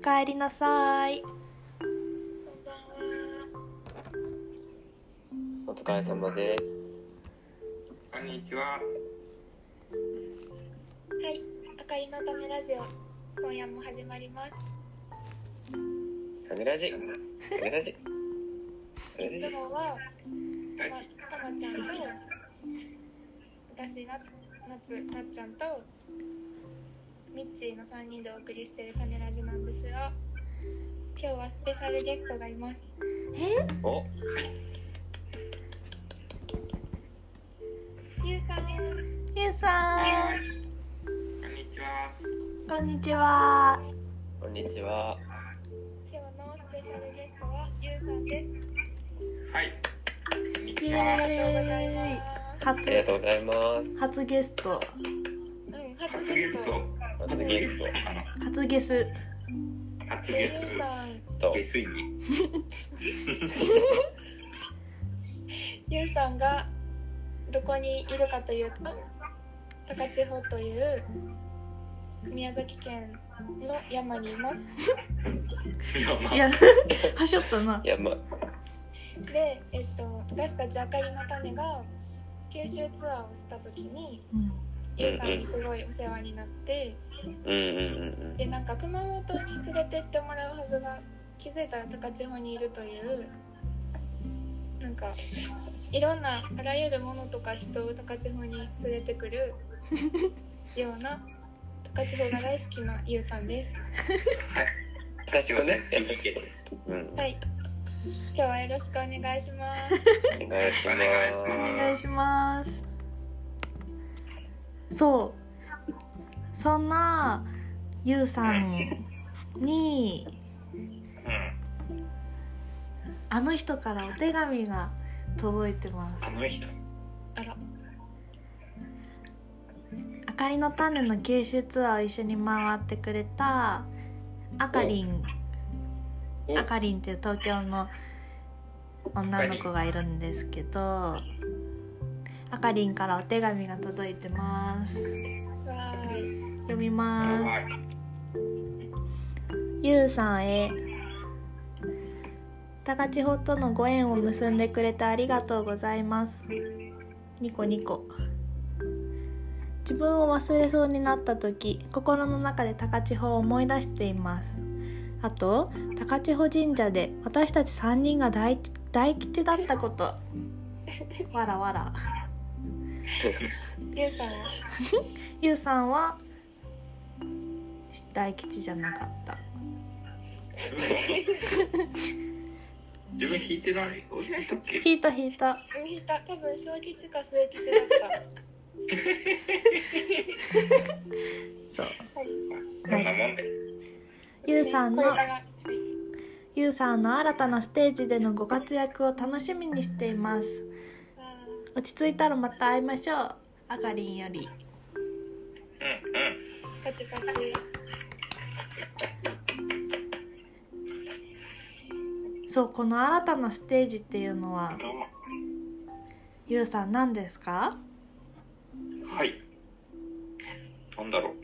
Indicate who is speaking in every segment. Speaker 1: かえりなさい
Speaker 2: お疲れ様です。
Speaker 3: こんにちは。
Speaker 4: はい、あかりのためラジオ、今夜も始まります。
Speaker 2: タメラジ。タメラジ。タメ
Speaker 4: い
Speaker 2: ラ
Speaker 4: つ
Speaker 2: ジ
Speaker 4: もは、
Speaker 3: ラ
Speaker 4: た
Speaker 3: ジ
Speaker 4: またまちゃんと、私な、なつ、なっちゃんと、ミッチーの3人でお送りしているためラジなんですが、今日はスペシャルゲストがいます。
Speaker 1: え
Speaker 2: お、
Speaker 4: ゆうさん、
Speaker 1: ゆうさん
Speaker 3: こんにちは。
Speaker 1: こんにちは
Speaker 2: こんにちは。
Speaker 4: 今日のスペシャルゲストはゆうさんです。
Speaker 3: はい。こんに
Speaker 1: イ
Speaker 3: ちは。
Speaker 4: ありがとうござい
Speaker 1: エ
Speaker 4: ま
Speaker 1: ーイ
Speaker 4: す。
Speaker 2: ありがと
Speaker 1: 初
Speaker 2: うございます。
Speaker 1: 初ゲスト
Speaker 4: うん、初
Speaker 3: 初
Speaker 4: ゲ
Speaker 3: ゲ
Speaker 4: ス
Speaker 3: ス
Speaker 4: ト。
Speaker 3: ト。
Speaker 2: 初ゲス
Speaker 1: 初ゲス
Speaker 3: 初
Speaker 4: ゆ
Speaker 3: ゲ
Speaker 4: う
Speaker 3: ス
Speaker 4: さん、
Speaker 2: ト
Speaker 3: ト。
Speaker 2: と
Speaker 3: 下、水に。
Speaker 4: ゆうさんがどこにいるかというと高千穂という宮崎県の山にいます
Speaker 3: やま
Speaker 1: いや はしょったない
Speaker 2: やまあ
Speaker 4: で、えっと、私たちあかりの種が九州ツアーをした時に
Speaker 1: うん
Speaker 4: ゆうさんにすごいお世話になって
Speaker 2: うんうんうん
Speaker 4: でなんか熊本に連れてってもらうはずが気づいたら高千穂にいるというなんかいろんなあらゆるものとか人を高千穂に連れてくるような高千穂が大好きなゆうさんです。
Speaker 2: 久しぶりね優しく
Speaker 3: す。
Speaker 2: うん
Speaker 4: はい今日はよろしくお願いします。
Speaker 2: お願いしま
Speaker 3: お願いし
Speaker 1: お
Speaker 3: ま
Speaker 1: 願いしますそうそんなゆうさんに
Speaker 3: うん。
Speaker 1: あの人からお手紙が届いてます
Speaker 3: あの人。
Speaker 4: あら、
Speaker 1: あかりの種の九州ツアーを一緒に回ってくれたあかりん
Speaker 3: お
Speaker 1: あかりんっていう東京の女の子がいるんですけどあかりんからお手紙が届いてます
Speaker 4: わーい。
Speaker 1: 読み
Speaker 3: や
Speaker 1: ま
Speaker 3: ば
Speaker 1: す
Speaker 3: い。
Speaker 1: ゆうさんへ高千穂とのご縁を結んでくれてありがとうございますニコニコ自分を忘れそうになった時心の中で高千穂を思い出していますあと高千穂神社で私たち3人が大大吉だったことわらわら
Speaker 4: ゆうさんは
Speaker 1: ゆうさんは大吉じゃなかった
Speaker 3: 自分引いてない。おいしいとっけ。
Speaker 1: 引いた引いた
Speaker 4: 引いた多分小吉か末吉だった。
Speaker 1: そう
Speaker 3: そんなもんで。
Speaker 1: ゆうさんの
Speaker 4: これから
Speaker 1: ゆうさんの新たなステージでのご活躍を楽しみにしています
Speaker 4: わ
Speaker 1: 落ち着いたらまた会いましょうあかりんより
Speaker 3: うんうん。
Speaker 4: ーパチパチ。
Speaker 1: そうこの新たなステージっていうのは
Speaker 3: どうも。
Speaker 1: ゆうさん何ですか
Speaker 3: はい。なんだろう。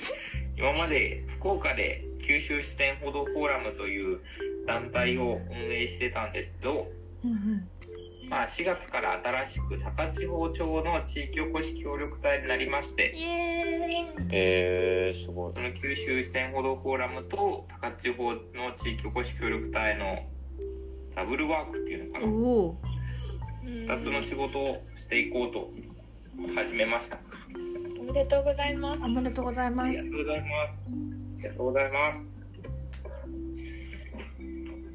Speaker 3: 今まで福岡で九州自然歩道フォーラムという団体を運営してたんですけど、
Speaker 1: うんうん
Speaker 3: まあ、4月から新しく高千穂町の地域おこし協力隊になりまして
Speaker 1: イエーイ
Speaker 2: えー、すごい
Speaker 3: その九州四川歩道フォーラムと高千穂の地域おこし協力隊のダブルワークっていうのかな
Speaker 1: おお
Speaker 3: 2つの仕事をしていこうと始めました
Speaker 4: おめでとうございます
Speaker 1: お。めでとうござい
Speaker 3: あ
Speaker 1: ま
Speaker 3: りが
Speaker 1: す
Speaker 3: とうございますありがとうございます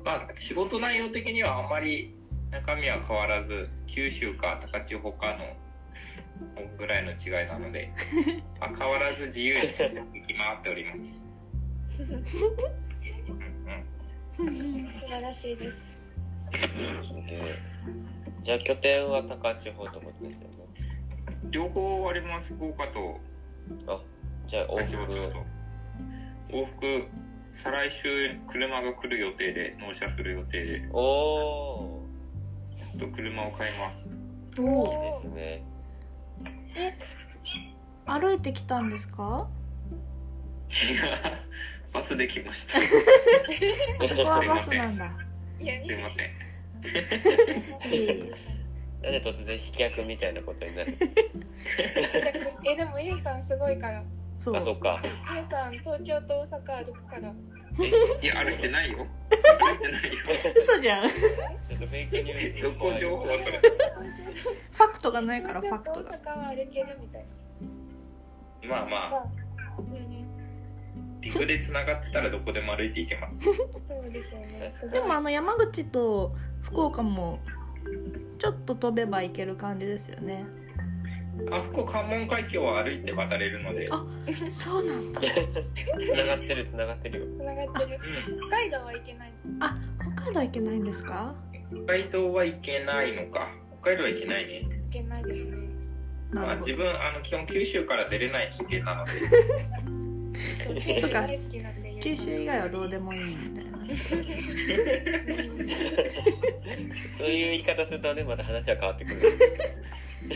Speaker 3: まあ仕事内容的にはあんまり中身は変わらず九州か高千穂かのぐらいの違いなので、 まあ、変わらず自由に行き回っております。うんうん
Speaker 4: 素晴らしいです。
Speaker 2: すげえじゃあ拠点は高千穂ってことですよね
Speaker 3: 両方あります福岡と
Speaker 2: あじゃあ往
Speaker 3: 高千穂
Speaker 2: 復
Speaker 3: と往復再来週車が来る予定で納車する予定で
Speaker 2: おお
Speaker 3: ちょっと車を買います
Speaker 1: お
Speaker 2: ー
Speaker 1: お
Speaker 2: いいですね
Speaker 1: え歩いてきたんですか
Speaker 3: いや バスで来 ました
Speaker 1: あそこはバスなんだ
Speaker 4: いや、い
Speaker 3: すいま せん
Speaker 1: いえいえ
Speaker 2: なんで突然飛脚みたいなことになる
Speaker 4: え、でも、ゆうさんすごいから。
Speaker 1: そう
Speaker 2: あそっか
Speaker 4: ゆうさん、東京と大阪歩くから。
Speaker 3: いや歩いてないよ歩いてないよ
Speaker 1: 嘘じゃんフ
Speaker 2: ちょっとフェイクニュース
Speaker 3: ど
Speaker 2: に
Speaker 3: こ
Speaker 2: 怖い
Speaker 3: 情報それ
Speaker 1: ァクトがないからファクトが
Speaker 4: 東京と大阪は歩けるみたい
Speaker 3: まあまあ
Speaker 4: な。うんうん
Speaker 3: 陸で繋がってたらどこでも歩いてい けます
Speaker 4: そうですよね。すご
Speaker 1: で
Speaker 4: い。
Speaker 1: もあの山口と福岡もちょっと飛べば行ける感じですよね
Speaker 3: あそこ関門海峡を歩いて渡れるので
Speaker 1: あそうなんだ
Speaker 2: 繋がってる繋がってるよ
Speaker 4: 繋がってる。
Speaker 3: う
Speaker 4: 北海道は行けないんです。
Speaker 1: 北海道行けないんですか
Speaker 3: ん北海道はいけないのか北海道はいけないね
Speaker 4: 行けないですね。
Speaker 1: な
Speaker 3: まあ
Speaker 1: るほ
Speaker 3: 自
Speaker 1: ど
Speaker 3: 分あの基本九州から出れない人間なので
Speaker 4: そう九州大好きなんで。
Speaker 1: 九州以外はどう
Speaker 4: で
Speaker 1: でもいいみたいな
Speaker 2: そういう言い方するとねまた話は変わってくる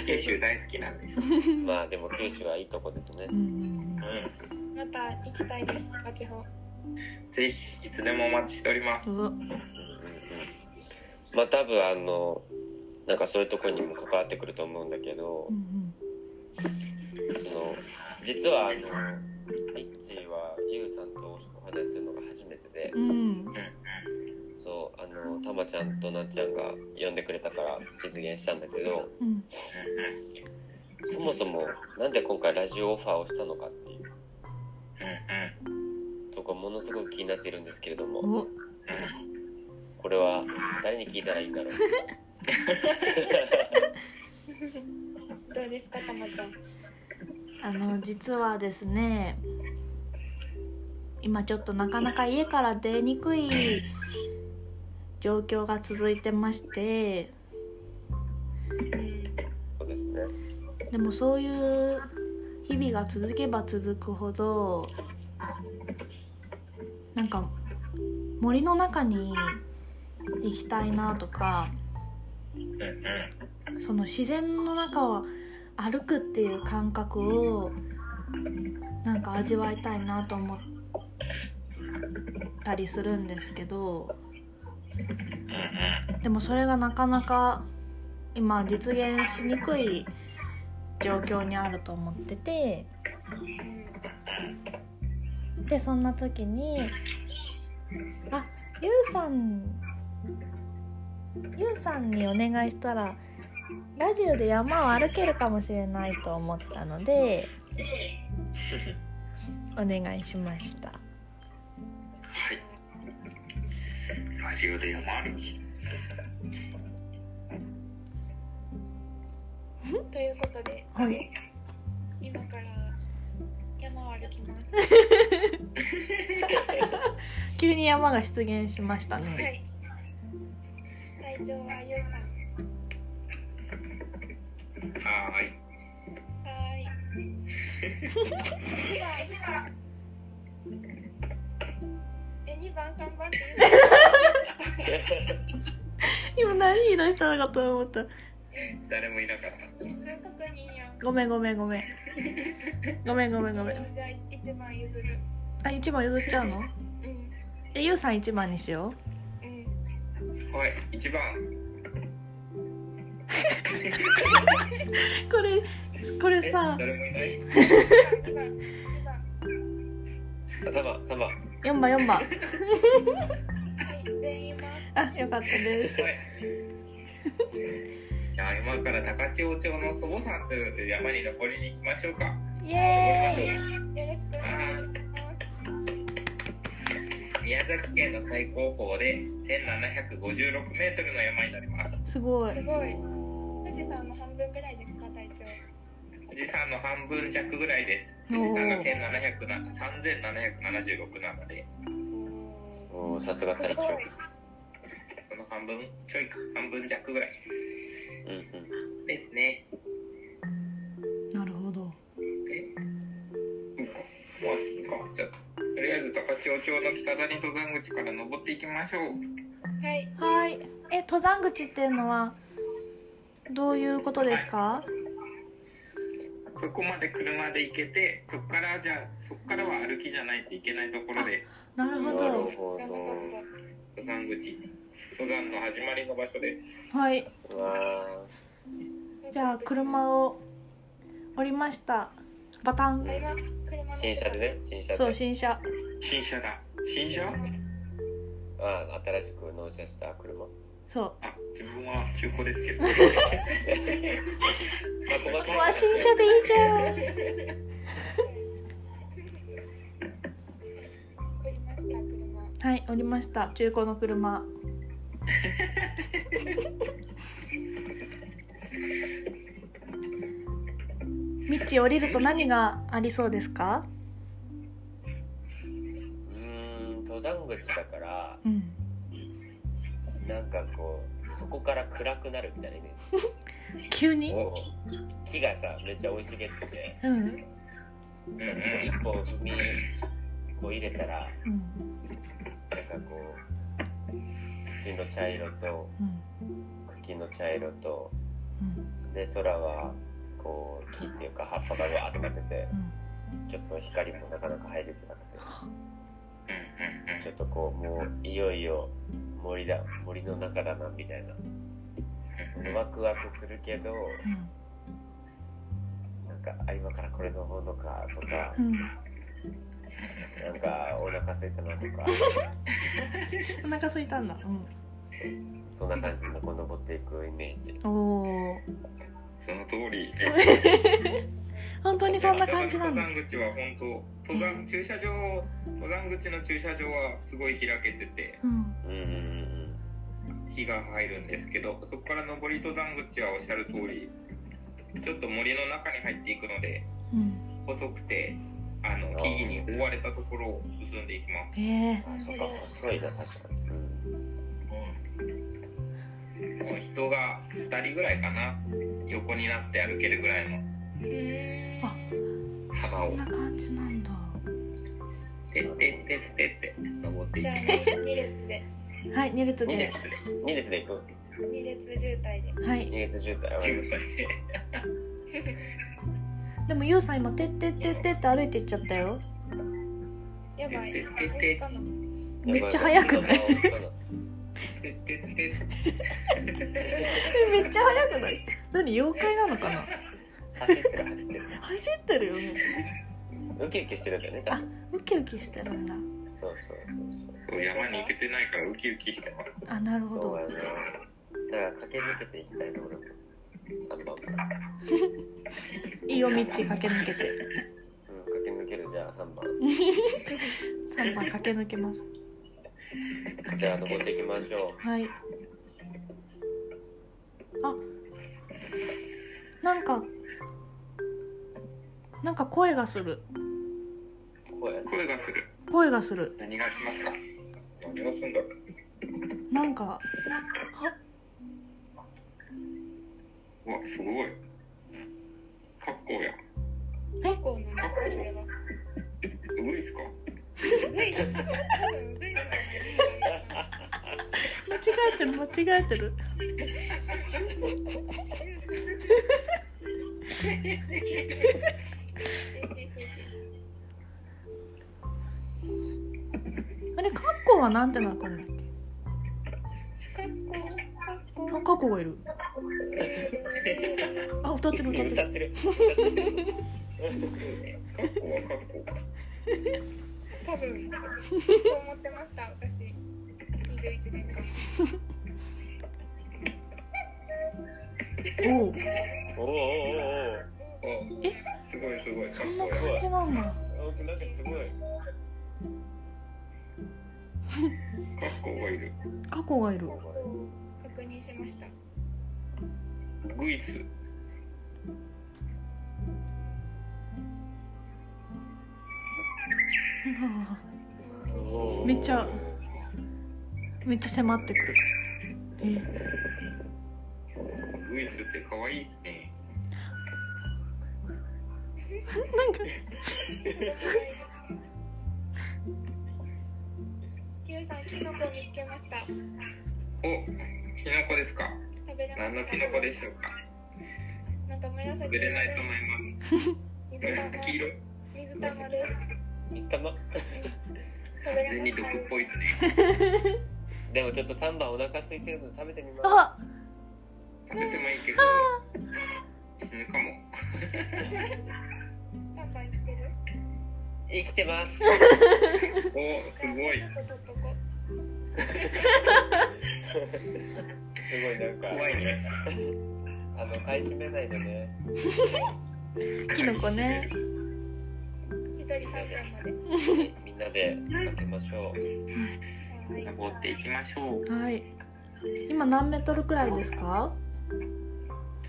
Speaker 3: 九州大好きなん です
Speaker 2: まあでも九州はいいとこですね
Speaker 1: うん
Speaker 3: う
Speaker 4: また行きたいです。高千穂。
Speaker 3: んぜひいつでもお待ちしております
Speaker 1: そう
Speaker 2: うんうんうんまあ多分あのなんかそういうとこにも関わってくると思うんだけど
Speaker 1: うん
Speaker 2: その実はあのミッチーはゆうさんとお話しするのが初めてで
Speaker 1: うんうん
Speaker 2: そうあのたまちゃんとなっちゃんが呼んでくれたから実現したんだけど
Speaker 1: うん
Speaker 2: そもそもなんで今回ラジオオファーをしたのかっていう
Speaker 3: うんう
Speaker 2: とこものすごく気になっているんですけれども
Speaker 1: お
Speaker 3: んうん
Speaker 2: これは誰に聞いたらいいんだろう
Speaker 4: どうですか、たまちゃん。
Speaker 1: あの実はですね今ちょっとなかなか家から出にくい状況が続いてまして
Speaker 4: うん。
Speaker 2: そうですね
Speaker 1: でもそういう日々が続けば続くほどなんか森の中に行きたいなとか
Speaker 3: うんうん
Speaker 1: その自然の中を歩くっていう感覚をなんか味わいたいなと思ったりするんですけど
Speaker 3: うんうん
Speaker 1: でもそれがなかなか今実現しにくい状況にあると思っててでそんな時にあゆうさんゆうさんにお願いしたらラジオで山を歩けるかもしれないと思ったのでお願いしました
Speaker 3: はいラジオで山歩き
Speaker 4: ということで、
Speaker 1: はい
Speaker 4: 今から山を歩き ます。
Speaker 1: 急に山が出現しました
Speaker 4: は
Speaker 1: ね
Speaker 4: い。体調はゆうさん。
Speaker 3: はーい
Speaker 4: はーい。一番一番。え、二番三番って言 う
Speaker 1: 今何言い出したのかと思った
Speaker 3: 誰もいなかった
Speaker 4: の。それ確認やん。
Speaker 1: ごめんごめんごめんごめんごめんごめん
Speaker 4: じゃあ一一番譲る。
Speaker 1: あ一番譲っちゃうの
Speaker 4: うん
Speaker 1: えゆうさん一番にしよ
Speaker 4: うん。
Speaker 3: はい一番
Speaker 1: うこれこれ
Speaker 3: え
Speaker 1: さ
Speaker 3: 誰もいない
Speaker 4: 二番二番。
Speaker 2: サバサバ
Speaker 1: 4番4番
Speaker 4: はい全員回す。
Speaker 1: あよかったです
Speaker 3: はい。じゃあ今から高千穂町の祖母さんという山に登りに行きましょうか。
Speaker 1: イエーイ
Speaker 4: よろしくお願いします。
Speaker 3: 宮崎県の最高峰で1756メートルの山になります。
Speaker 1: すごい
Speaker 4: すごい。富士山の半分ぐらいですか体調。
Speaker 3: 富士山の半分弱ぐらいです。富士山が1700な3776なので、
Speaker 2: おーさすが
Speaker 4: す
Speaker 2: 隊長
Speaker 4: ごい。
Speaker 3: その半分ちょいか半分弱ぐらい
Speaker 2: うんうん
Speaker 3: ですね。
Speaker 1: なるほど
Speaker 3: え、うんか、まあ、いいか、じゃあとりあえず高千穂町の北谷登山口から登っていきましょう。
Speaker 4: はい。
Speaker 1: はいえ登山口っていうのはどういうことですか
Speaker 3: そこまで車で行けてそこからじゃあそこからは歩きじゃないといけないところです
Speaker 1: なるほ
Speaker 2: な
Speaker 1: ど
Speaker 2: るほ
Speaker 4: 知らなかった。
Speaker 3: 登山口登山の始まりの場所です
Speaker 1: はい
Speaker 2: ど。わ
Speaker 1: じゃあ車を降りましたバタン
Speaker 4: あ今車
Speaker 2: あ。
Speaker 4: の
Speaker 2: 新車でね、新車
Speaker 1: そう
Speaker 2: で。
Speaker 1: 新車
Speaker 3: 新車だ新車
Speaker 2: ああ、新しく納車した車。ま
Speaker 1: そう
Speaker 3: あ自分は中古ですけ ど
Speaker 2: あ、ここ
Speaker 1: うわ新車でいいじゃん
Speaker 4: 降りました車
Speaker 1: はい降りました中古の車道降りると何がありそうですか
Speaker 2: うーん、登山口だから、
Speaker 1: うん
Speaker 2: なんかこう、そこから暗くなるみたいなイメージ。
Speaker 1: 急に
Speaker 2: こう木がさ、めっちゃ生い茂ってて、
Speaker 1: うん
Speaker 3: うんう
Speaker 2: 一
Speaker 3: ん
Speaker 2: 歩踏み、こう入れたら、
Speaker 1: うん
Speaker 2: なんかこう、土の茶色と、
Speaker 1: うん
Speaker 2: 茎の茶色と、
Speaker 1: うん
Speaker 2: で、空は、こう、木っていうか葉っぱがわーっとなってて、
Speaker 1: うん
Speaker 2: ちょっと光もなかなか入りづらくて。
Speaker 3: うんうん
Speaker 2: ちょっとこうもういよいよ森だ森の中だなみたいなワクワクするけど
Speaker 1: うん
Speaker 2: なんかあ今からこれ登るのかとか
Speaker 1: うん
Speaker 2: なんかお腹空いたなとか
Speaker 1: お腹空いたんだ
Speaker 2: そんな感じでこう登っていくイメージ
Speaker 1: うんおお
Speaker 3: その通り
Speaker 1: 本当にそんな感じなんだ
Speaker 3: 登山口は本当登山駐車場登山口の駐車場はすごい開けてて
Speaker 1: うん
Speaker 2: うんうん
Speaker 3: 火が入るんですけどそこから上り登山口はおっしゃる通りちょっと森の中に入っていくので
Speaker 1: うん
Speaker 3: 細くてあの木々に覆われたところを進んでいきます、
Speaker 1: ええ
Speaker 2: うんあそっか細いな確かに、うん、
Speaker 3: もう人が2人ぐらいかな横になって歩けるぐらいの
Speaker 4: へ
Speaker 1: あ
Speaker 3: 幅
Speaker 1: こ
Speaker 3: を
Speaker 1: んな感じなんだ
Speaker 3: てってってってって登ってい
Speaker 4: じ
Speaker 3: き
Speaker 4: ゃあ
Speaker 3: ます
Speaker 4: 2列で
Speaker 1: はい2列
Speaker 2: 2
Speaker 1: で
Speaker 2: 列で2列で行く
Speaker 4: 2列渋滞で
Speaker 1: はい
Speaker 2: 2列渋滞は
Speaker 3: 渋滞で
Speaker 1: でもゆうさん今てってってってって歩いていっちゃったよ
Speaker 4: やばい
Speaker 3: て
Speaker 4: 追
Speaker 3: っ
Speaker 4: い
Speaker 3: てって
Speaker 4: つかない
Speaker 1: めっちゃ速くない
Speaker 3: てって ってって
Speaker 1: めっちゃ速くない何妖怪なのかな
Speaker 2: 走ってる走ってる
Speaker 1: 走ってるよね
Speaker 2: ウキウキしてるんだよね多分
Speaker 1: ウキウキしてるんだ
Speaker 2: そうそうそうそう
Speaker 3: そう山に行けてないからウキウキしてます
Speaker 1: あなるほ
Speaker 2: そう
Speaker 1: ど
Speaker 2: やな。だから駆け抜けていきたいところ。三番目。うん、駆
Speaker 1: いいお道駆け抜けて
Speaker 2: け抜けるじゃあ三番。
Speaker 1: 3番駆け抜けます
Speaker 2: じゃあ登っていきましょ
Speaker 1: はいあなんかなんか声がする
Speaker 2: う。こうやって。
Speaker 3: 声がする
Speaker 1: 声がする
Speaker 3: 何がしますか何がするんだろう
Speaker 1: なんか
Speaker 3: うわすごい格好や
Speaker 4: こうなんですかこれは
Speaker 3: ウグイスか
Speaker 4: うぐいす多分うぐいすだ
Speaker 1: 間違えてる間違えてる
Speaker 4: と思う
Speaker 1: あれカッコはなんて名前なんだっ
Speaker 4: かっこかっ
Speaker 1: け
Speaker 4: こ
Speaker 1: あカッコがいるあ歌ってる歌って
Speaker 2: 歌
Speaker 1: る
Speaker 2: ってる。
Speaker 3: 格好は格好か
Speaker 4: 多分そう思ってました私21年間
Speaker 1: おお
Speaker 2: おおお
Speaker 3: おすごいすごい
Speaker 1: そ
Speaker 3: 格
Speaker 1: ん
Speaker 3: 好
Speaker 1: な
Speaker 3: や
Speaker 1: 感じなんだ
Speaker 2: おお。おなんかすごい。
Speaker 3: 格好がいる
Speaker 1: カッコがいる
Speaker 4: 確認しました
Speaker 3: ウグイス
Speaker 2: おお
Speaker 1: めっちゃめっちゃ迫ってくるえ
Speaker 3: ウグイスって可愛いですね
Speaker 1: なんか
Speaker 4: ゆうさんキノコ見つけました
Speaker 3: おキノコですか
Speaker 4: 食べれます
Speaker 3: 何のキノコでしょうか
Speaker 4: なんか紫
Speaker 3: 食べれないと思います
Speaker 4: 水玉
Speaker 3: 紫色
Speaker 4: 水玉です。
Speaker 2: 水玉
Speaker 4: 食べ
Speaker 3: 完
Speaker 4: れ
Speaker 3: 全
Speaker 4: ま
Speaker 3: に
Speaker 4: す
Speaker 3: 毒っ
Speaker 4: か
Speaker 3: ぽいですね
Speaker 2: でもちょっと3番お腹空いてるので食べてみます
Speaker 1: あ
Speaker 3: 食べてもいいけど死ぬかも
Speaker 4: 三番来てる。
Speaker 2: 生きてます
Speaker 3: おすごい
Speaker 4: ちょっと取っとこう。
Speaker 2: すごいなんか
Speaker 3: 怖いね
Speaker 2: あの買い占めないでね
Speaker 1: キノコね
Speaker 4: 一人三番まで。
Speaker 2: みんなで分けましょう
Speaker 3: 登っていきましょう
Speaker 1: はい今何メートルくらいですか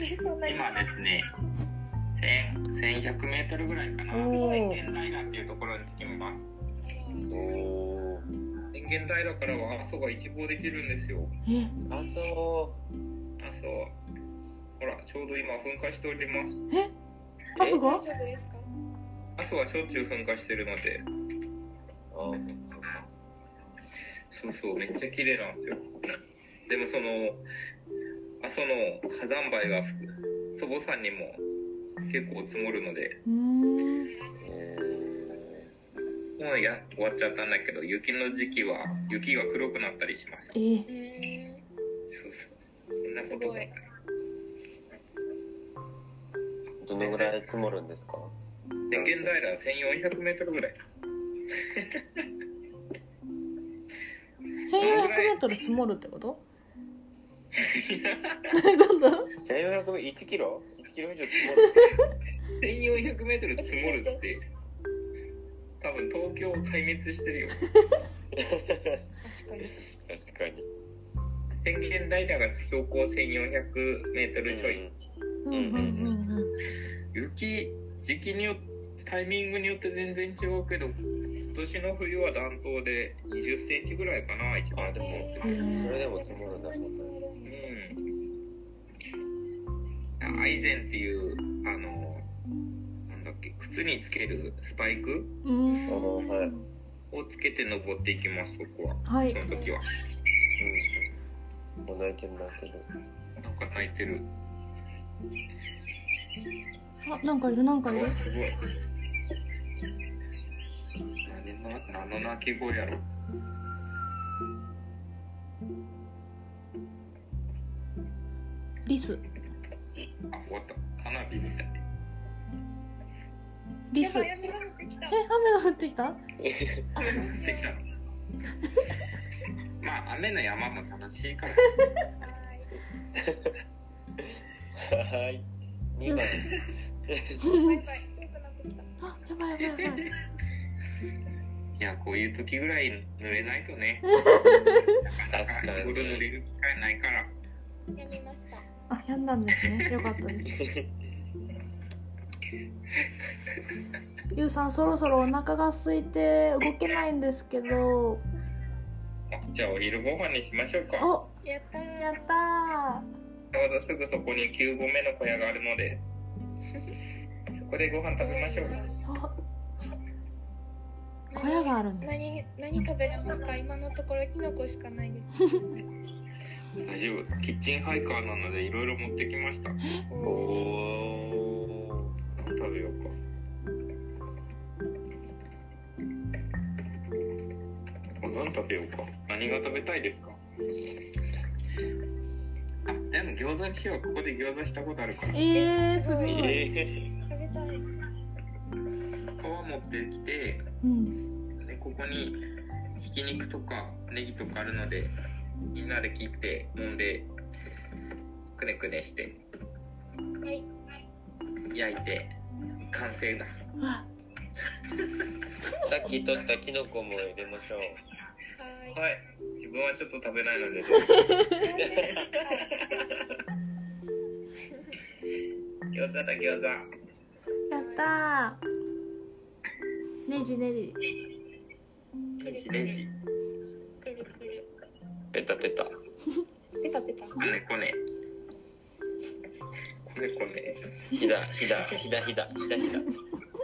Speaker 4: えそんなに。
Speaker 3: 今ですね1000 1100メートルぐらいかな
Speaker 1: おー
Speaker 3: 宣言平っていうところに着きます
Speaker 2: おお
Speaker 3: 宣言平からは阿蘇が一望できるんですよ
Speaker 1: え
Speaker 2: あそ
Speaker 3: 阿蘇はほらちょうど今噴火しております
Speaker 2: う
Speaker 1: あそ
Speaker 4: 大
Speaker 1: こ
Speaker 4: 丈夫ですか。
Speaker 3: 阿蘇はしょっちゅう噴火してるので
Speaker 2: あ
Speaker 3: そうそうめっちゃ綺麗なんですよでもその阿蘇の火山灰が吹く祖母山にも結構積もるので
Speaker 1: うーん
Speaker 2: え
Speaker 3: もうや終わっちゃったんだけど雪の時期は雪が黒くなったりしますそう
Speaker 1: え
Speaker 4: うーん。
Speaker 3: そうそんなことがあっ
Speaker 4: す
Speaker 3: た
Speaker 2: ー、どのぐらい積もるんですか
Speaker 3: 電源ダイラー1400メートルぐらい。
Speaker 1: 1400メートル積もるってことどういうこと
Speaker 2: 1400メ1キロ1キロ以上積も
Speaker 3: 1400メートル積もるって、多分東京壊滅してるよ。
Speaker 2: る
Speaker 4: 確かに。
Speaker 2: 確かに
Speaker 3: 宣言ダイラーが標高1400メートルちょい。
Speaker 1: うんうんうん
Speaker 3: 雪、時期によタイミングによって全然違うけど、今年の冬は暖冬で20センチぐらいかな、一番でも。
Speaker 4: え
Speaker 1: うんうん
Speaker 2: それでも積も
Speaker 4: そ
Speaker 2: るん
Speaker 4: ん
Speaker 2: だ
Speaker 4: なに積もるんだ。
Speaker 3: うん。アイゼンっていう、あの、なんだっけ、靴につけるスパイク
Speaker 1: うん
Speaker 2: おーはいう
Speaker 3: をつけて登っていきます、僕は。
Speaker 1: はい
Speaker 3: その時は。
Speaker 2: うんもう泣いてる泣いてる
Speaker 3: なんか泣いてる。
Speaker 1: あなんかいるなんかいる
Speaker 3: わすごい。何の何の鳴き声やろ。
Speaker 1: リス
Speaker 3: あ、終わった。花火みたい。
Speaker 1: リス
Speaker 4: や
Speaker 1: え
Speaker 4: ばい雨が降ってきた。
Speaker 1: 雨が降ってきた
Speaker 3: 降ってきた。 まあ雨の山も楽しいから。
Speaker 4: はい
Speaker 2: はい2番
Speaker 4: バイバイ。強くなってきた。
Speaker 1: あやばいやばいやばい
Speaker 3: いやこういう時ぐらい濡れないとね。
Speaker 2: 確かに
Speaker 3: 日頃濡れる機会ないから。
Speaker 4: やみました。
Speaker 1: あやんだんですねよかったですゆうさんそろそろお腹が空いて動けないんですけど
Speaker 3: あじゃあお昼ご飯にしましょうか。
Speaker 1: お
Speaker 4: やったー。
Speaker 1: やった
Speaker 3: ちょうどすぐそこに9合目の小屋があるので。 そこでご飯食べましょうか。
Speaker 1: ーあ小屋があるんです
Speaker 4: 何何食べれますか今のところキノコしかないです。
Speaker 3: 大丈夫。キッチンハイカーなのでいろいろ持ってきました。
Speaker 2: おお
Speaker 3: 食べようか。何食べようか。何が食べたいですか。あ、でも餃子にしよう。ここで餃子したことあるから。
Speaker 1: えー、すご、
Speaker 4: はい
Speaker 2: え
Speaker 4: 食べたい。
Speaker 3: 皮持ってきて、
Speaker 1: うん、
Speaker 3: でここにひき肉とかネギとかあるので、みんなで切って揉んでくねくねして
Speaker 4: はい。
Speaker 3: 焼いて完成だ。
Speaker 1: うわ
Speaker 2: ー、さっき取ったキノコも入れましょう
Speaker 4: は
Speaker 3: はい。自分はちょっと食べないので。
Speaker 4: ーい。
Speaker 3: 餃子だ餃子。
Speaker 1: やったーねじねじ
Speaker 3: レジレジ。
Speaker 4: くるくる。
Speaker 3: ペタペタ。
Speaker 4: ペタペタ。
Speaker 3: こねこね。こねこね。
Speaker 2: ひだひだひだひだひだひだ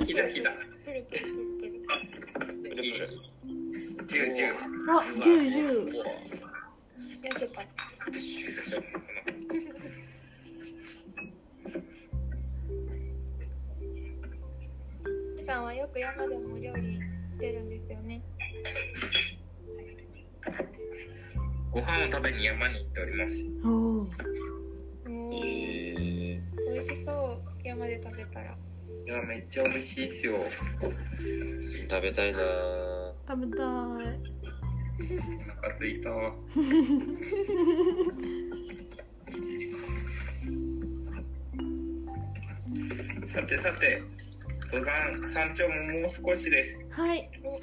Speaker 3: ひだひだ。
Speaker 4: くるくるくる
Speaker 2: プルプル
Speaker 3: ジュージュー。
Speaker 1: あジュージュー
Speaker 4: くる。焼けた。さんはよく山でも料理してるんですよね。
Speaker 3: ご飯を食べに山に行っております。
Speaker 1: おお
Speaker 4: もう
Speaker 2: え
Speaker 4: 美味しそう山で食べたら。
Speaker 3: いや、めっちゃ美味しいですよ。
Speaker 2: ー、食べたいなー
Speaker 1: 食べたい
Speaker 3: お腹すいた。さてさて、登山山頂ももう少しです。
Speaker 1: はい
Speaker 3: そこ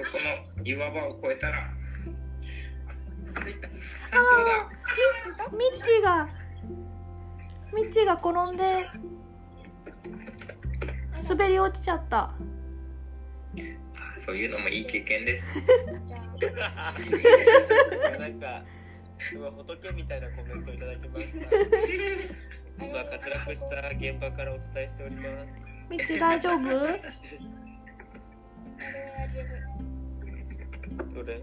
Speaker 3: の岩場を越えたら、あ着いた山頂だ。
Speaker 1: ミッチーがミッチーが転んで滑り落ちちゃった
Speaker 3: そういうのもいい経験です。
Speaker 4: じゃあ
Speaker 5: なんか、うわ、仏みたいなコメントいただきました。今、滑落した現場からお伝えしております。
Speaker 1: ミッチー大丈夫
Speaker 4: あれはあげる
Speaker 5: どれ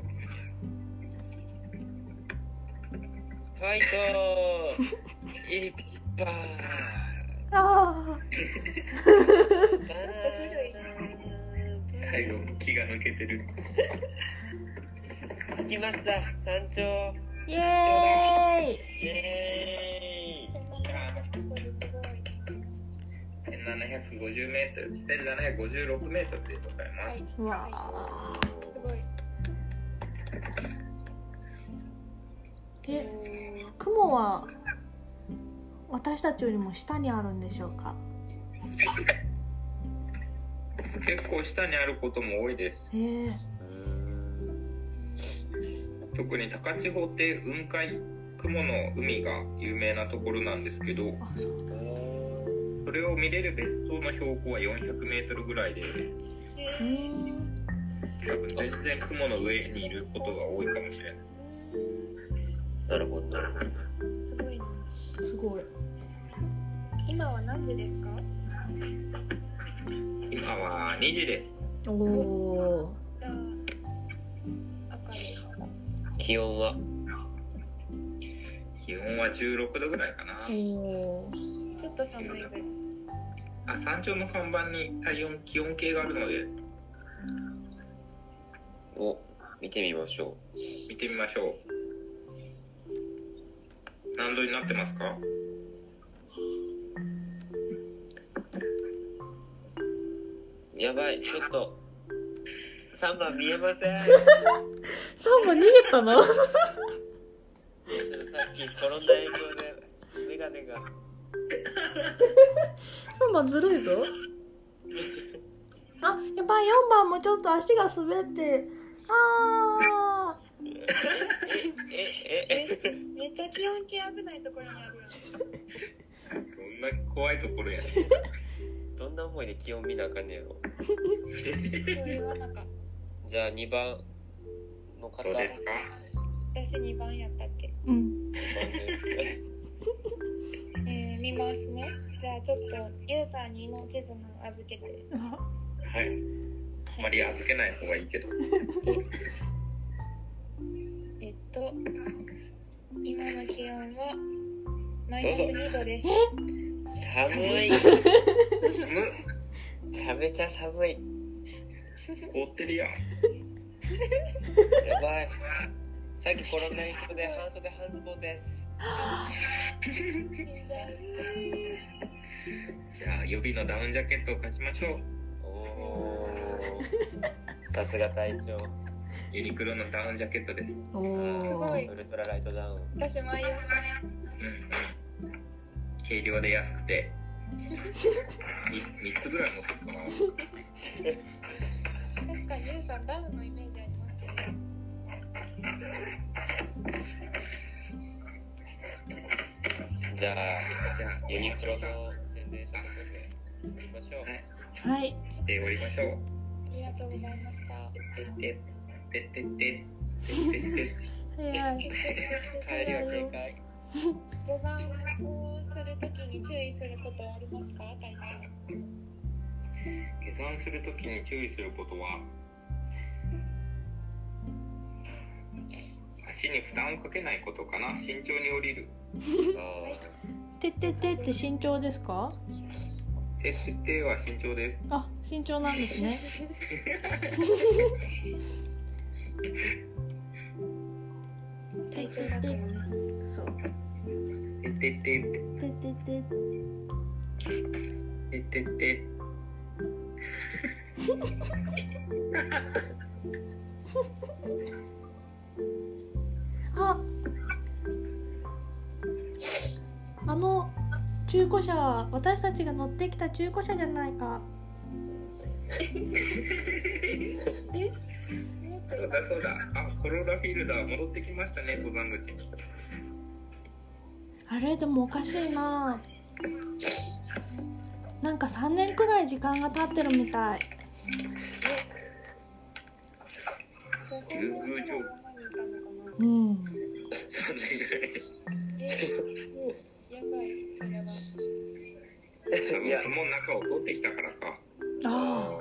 Speaker 5: ファイトいっぱい
Speaker 1: あ
Speaker 3: 最後気が抜けてる。
Speaker 5: 着きました山頂
Speaker 1: あイエ
Speaker 5: イエーイ
Speaker 4: これすごい。
Speaker 3: 1750メートル、1756メートルでございま
Speaker 4: は
Speaker 3: す
Speaker 4: い。。
Speaker 1: ーイわあ
Speaker 4: すごい。
Speaker 1: で雲は私たちよりも下にあるんでしょうか
Speaker 3: 結構下にあることも多いです。
Speaker 1: へえ
Speaker 3: 特に高千穂って雲海、雲の海が有名なところなんですけど、
Speaker 1: あそう
Speaker 3: それを見れるベストの標高は400メートルぐらいで、
Speaker 1: うーん
Speaker 3: 多分全然雲の上にいることが多いかもしれない。
Speaker 2: なるほどなるほど
Speaker 4: すごいな。
Speaker 1: すごい
Speaker 4: 今は何時ですか？
Speaker 3: 今は2時です。
Speaker 1: おお
Speaker 4: じゃあ赤で。
Speaker 2: 気温は
Speaker 3: 気温は16度ぐらいかな。
Speaker 1: おー
Speaker 4: ちょっと 寒いぐらい。
Speaker 3: あ山頂の看板に体温気温計があるので
Speaker 2: を見てみましょ
Speaker 3: 見てみましょう何度になってますか
Speaker 2: うやばいちょっと3番見えません
Speaker 1: 3番逃げたの
Speaker 2: さっき転んだ影響でメガネが
Speaker 1: 3番ずるいぞあやばい4番もちょっと足が滑ってあー
Speaker 2: えええ
Speaker 4: めっちゃ気温計危ないところにあるよね。
Speaker 3: どんな怖いところやね
Speaker 2: どんな思いで気温見なあかんねやろ
Speaker 4: そう言わなかっ
Speaker 2: じゃあ2番の方
Speaker 3: どうですか
Speaker 4: た。私2番やったっけ？
Speaker 1: うん
Speaker 4: えー、見ますね。じゃあちょっとユウさんに命綱を預けて。
Speaker 1: あ
Speaker 3: はいあまり預けない方がいいけど
Speaker 4: えっと今の気温はマイナス2度です。
Speaker 2: 寒い
Speaker 3: む
Speaker 2: めちゃめちゃ寒い
Speaker 3: 凍ってるやん
Speaker 2: やばいさっき転んだ影響で半袖半ズボンです
Speaker 4: じゃ
Speaker 3: じゃあ予備のダウンジャケットを貸しましょう
Speaker 2: おおさすが隊長
Speaker 3: ユニクロのダウンジャケットです
Speaker 1: お
Speaker 4: ごい
Speaker 1: ー
Speaker 2: ウルトラライトダウン
Speaker 4: あ私毎朝
Speaker 3: うんうん軽量で安くて3つぐらい持ってくかな
Speaker 4: 確かにユウさんダウンのイメージありますよね。
Speaker 2: じゃあ
Speaker 3: じゃあ
Speaker 2: ユニクロの宣伝したところで撮りましょう
Speaker 1: はい
Speaker 3: しておりましょう
Speaker 4: ありがとうございました。
Speaker 3: てってってってってってってって
Speaker 1: 早い
Speaker 2: 帰りは警戒
Speaker 4: 登山をするときに注意することはありますか、隊長。
Speaker 3: 下山するときに注意することは足に負担をかけないことかな慎重に降りる
Speaker 2: あ
Speaker 1: てってってって身長ですか
Speaker 3: え、設定は慎重です。
Speaker 1: あ、慎重なんですね。
Speaker 4: 体調だからね
Speaker 1: そう。
Speaker 3: てってってって
Speaker 1: ててて
Speaker 3: てってって。
Speaker 1: あ。あの中古車は私たちが乗ってきた中古車じゃないか。
Speaker 4: 荷物
Speaker 3: そう
Speaker 4: が
Speaker 3: だそうだ。あ、コロラフィールダー戻ってきましたね、登山口に。
Speaker 1: あれでもおかしいな。なんか3年くらい時間が経ってるみたい。
Speaker 4: 女性の方がいたのか
Speaker 1: う
Speaker 4: な
Speaker 1: ん。
Speaker 3: 3年ぐらい。
Speaker 4: やばいそれは
Speaker 5: いや
Speaker 3: 多分もう中を通ってきたからか。
Speaker 1: ああ。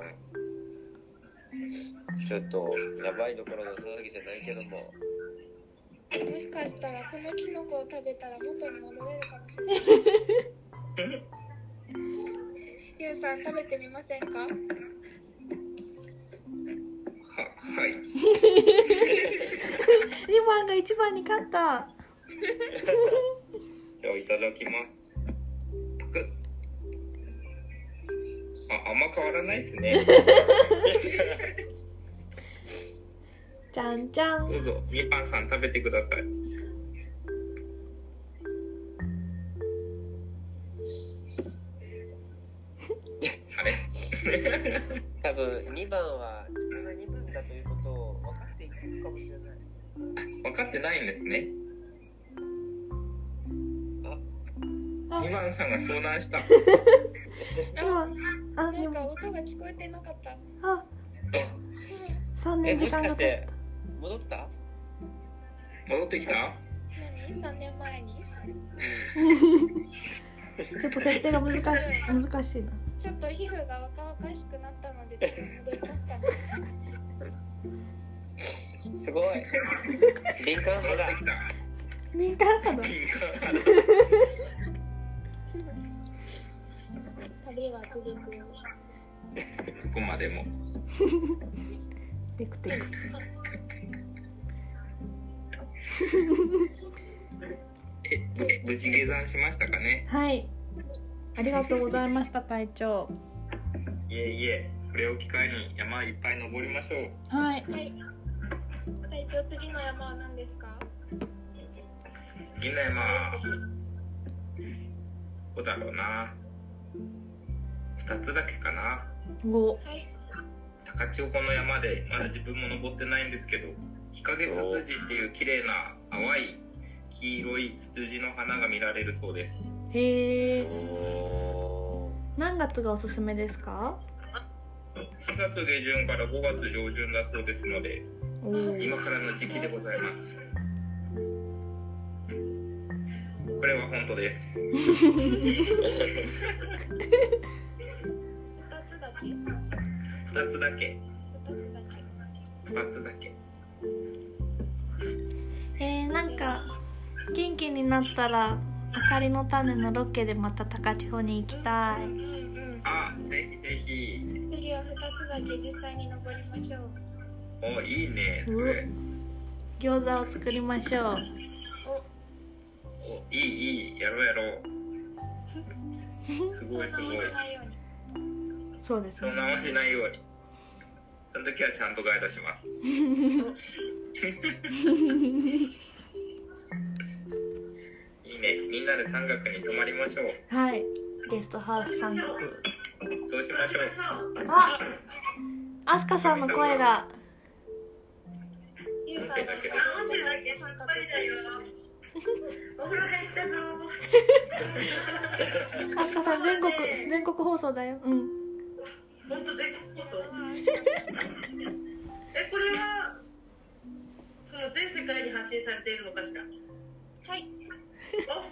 Speaker 2: ちょっとやばいところのその時じゃないけども
Speaker 4: もしかしたらこのキノコを食べたら元に戻れるかもしれないゆうさん食べてみませんか
Speaker 3: は、はい。
Speaker 1: 2番が1番に勝った。
Speaker 3: じゃあいただきます。パクッ。あ、あんま変わらないですね。
Speaker 1: じゃんじゃん。
Speaker 3: どうぞ、みーぱんさん食べてください。 あれ
Speaker 5: 多分2番は自分が2番だということを分かっているかもしれない。
Speaker 3: 分かってないんですね。
Speaker 1: あ
Speaker 3: 2番さんが遭難した。
Speaker 1: 今あ
Speaker 4: な
Speaker 1: で
Speaker 4: んか
Speaker 1: も
Speaker 4: 音が聞こえてなかった
Speaker 1: あ3
Speaker 5: え、も
Speaker 1: 年時
Speaker 5: し
Speaker 1: 間
Speaker 5: か
Speaker 1: が
Speaker 5: し
Speaker 1: 経って
Speaker 5: 戻った
Speaker 3: 戻ってきた
Speaker 4: 何3年前に
Speaker 1: た。ちょっと設定が難しい 難しいな。
Speaker 4: ちょっと皮膚が若々しくなったのでちょっと戻りましたね
Speaker 5: す ごい。敏感
Speaker 3: 戻
Speaker 5: 肌
Speaker 3: って。きた。
Speaker 1: 敏感肌。
Speaker 3: ピンカー
Speaker 4: 旅は続くよ
Speaker 3: ここまでも。
Speaker 1: テクテク。
Speaker 3: え、え無事下山しましたかね
Speaker 1: はい。ありがとうございました、隊長。
Speaker 3: いえいえ、これを機会に山いっぱい登りましょう。
Speaker 1: はい。
Speaker 4: はい隊長次の山は何ですか
Speaker 3: 次の山は、どうだろうな。2つだけかな。
Speaker 1: お。
Speaker 4: はい
Speaker 3: 高千穂の山でまだ自分も登ってないんですけど日陰ツツジっていう綺麗な淡い黄色いツツジの花が見られるそうです
Speaker 1: へ
Speaker 2: お
Speaker 1: え。
Speaker 2: お
Speaker 1: 何月がおすすめですか。
Speaker 3: 4月下旬から5月上旬だそうですので
Speaker 1: おー
Speaker 3: 今からの時期でございますこれは本当です
Speaker 4: 2つだけ
Speaker 3: 2つだけ
Speaker 4: 2つだけ
Speaker 3: 2つだけ
Speaker 1: えー、なんか。元気になったら。あかりの種のロケでまた高千穂に行きた
Speaker 4: う
Speaker 1: い。
Speaker 4: んうん
Speaker 3: あぜひぜひ
Speaker 4: 次は2つだけ実際に登りましょう
Speaker 3: おいいねそれ
Speaker 1: 餃子を作りましょう。
Speaker 3: おいいいいやろうやろうすごいす
Speaker 4: そん
Speaker 3: ご
Speaker 4: ないにしないように
Speaker 1: そうです
Speaker 3: そ
Speaker 1: ね
Speaker 3: ん。なもんしないように。その時はちゃんとガイドします。いいね。みんなで三角に泊まりましょう。
Speaker 1: はい。ゲストハウス三国。
Speaker 3: そうしましょう。
Speaker 1: あ。アスカさんの声が。
Speaker 4: ゆうさんが参加できる
Speaker 1: アスカさん全国、全国放送だよ。うん。
Speaker 6: 本当全国放送。え、これは。その全世界に発信されているのかしら。
Speaker 4: はい
Speaker 6: あ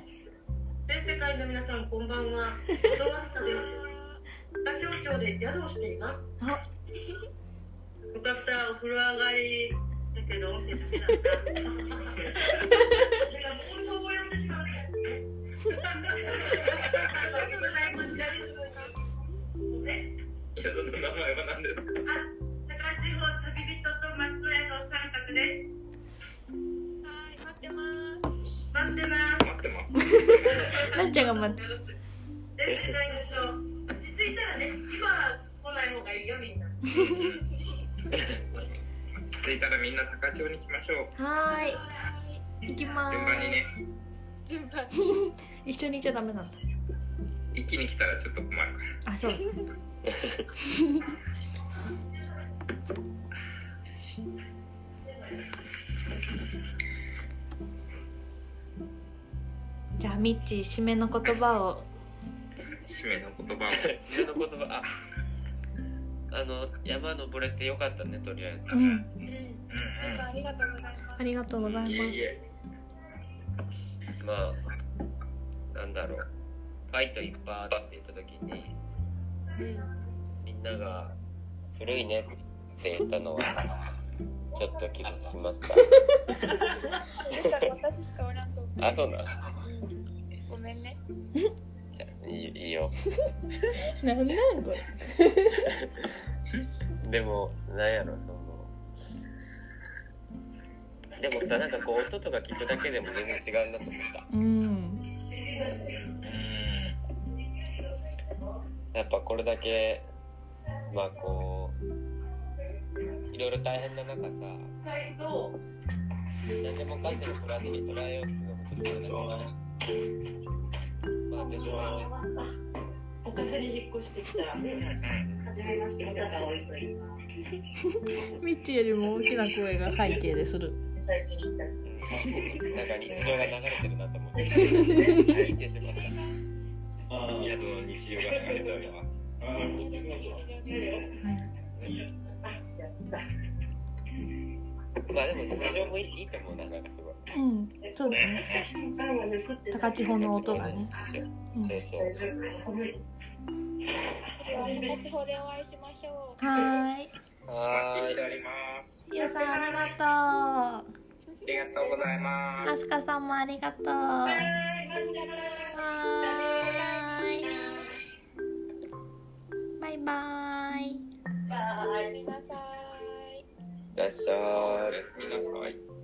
Speaker 6: 全世界の皆さん、こんばんは。小戸飛鳥です。北京町で宿をしています。
Speaker 1: あ
Speaker 6: よかった、お風呂上がり。だけど、温泉だけだった。だから、妄想をやってしまうね。ありがとうございます。ジャニーズの
Speaker 3: 宿の名前は何ですか
Speaker 6: 高千穂旅人と松の屋のお三角です
Speaker 4: はい、待ってます。
Speaker 6: 待ってます
Speaker 3: 待ってます
Speaker 1: なっちゃんが待って
Speaker 6: 全然大丈夫落ち着いたらね今は来ない方がいいよみんな
Speaker 3: 落ち着いたらみんな高千穂に来ましょう
Speaker 1: はーい行きま
Speaker 3: 順番にね
Speaker 1: ー
Speaker 4: 順番。
Speaker 1: す一緒に行っちゃダメなんだ
Speaker 3: 一気に来たらちょっと困るから
Speaker 1: あそう じゃあミッチー締めの言葉を
Speaker 3: 締めの言葉を
Speaker 2: 締めの言葉ああの山登れてよかったねとりあえず
Speaker 1: うん
Speaker 4: うん。皆
Speaker 3: うんうん
Speaker 4: さんありがとうございます
Speaker 1: あ。りがとうございます
Speaker 3: いえいえ
Speaker 2: まあなんだろう「ファイトいっぱい」って言った時にみんなが「古いね」って言ったのはちょっと傷つきました
Speaker 4: 出た私しかおらんと思
Speaker 2: あそうな
Speaker 4: う。ごめんね。
Speaker 2: じゃあいいいいよ
Speaker 1: なんなんこれ
Speaker 2: でもなんやろそのでもさなんかこう音とか聞くだけでも全然違うんだと思った
Speaker 1: うん
Speaker 3: うん
Speaker 2: やっぱこれだけまあこういろいろ大変な中さ何でもかんでもプラスに捉えようっていうのもちょっとなんかまあでも
Speaker 6: おかせに引っ越してきたら初めましてお母さんおいしい
Speaker 1: ミッチーよりも大きな声が背景でする
Speaker 6: 最初に行った
Speaker 2: うんなんか日常が流れてるなと思って聞いてしまった
Speaker 3: 宿の日常が流れております
Speaker 4: いやでも日常です。
Speaker 2: まあでも日常もいいいいと思うななんかすごい
Speaker 1: うんそうだね高千穂の音がね、うん、
Speaker 2: そうそう
Speaker 4: では高千穂でお会いしましょう。
Speaker 1: はーい
Speaker 3: お
Speaker 2: は
Speaker 3: 待ち
Speaker 2: ー
Speaker 3: し
Speaker 2: い
Speaker 3: ております
Speaker 1: ゆうさんありがとう
Speaker 3: ありがとうございます
Speaker 1: あすかさんもありがとうはーいバイバーイ
Speaker 4: おやすみなさい。
Speaker 2: いらっしゃ
Speaker 3: お
Speaker 2: い
Speaker 3: やすみなさい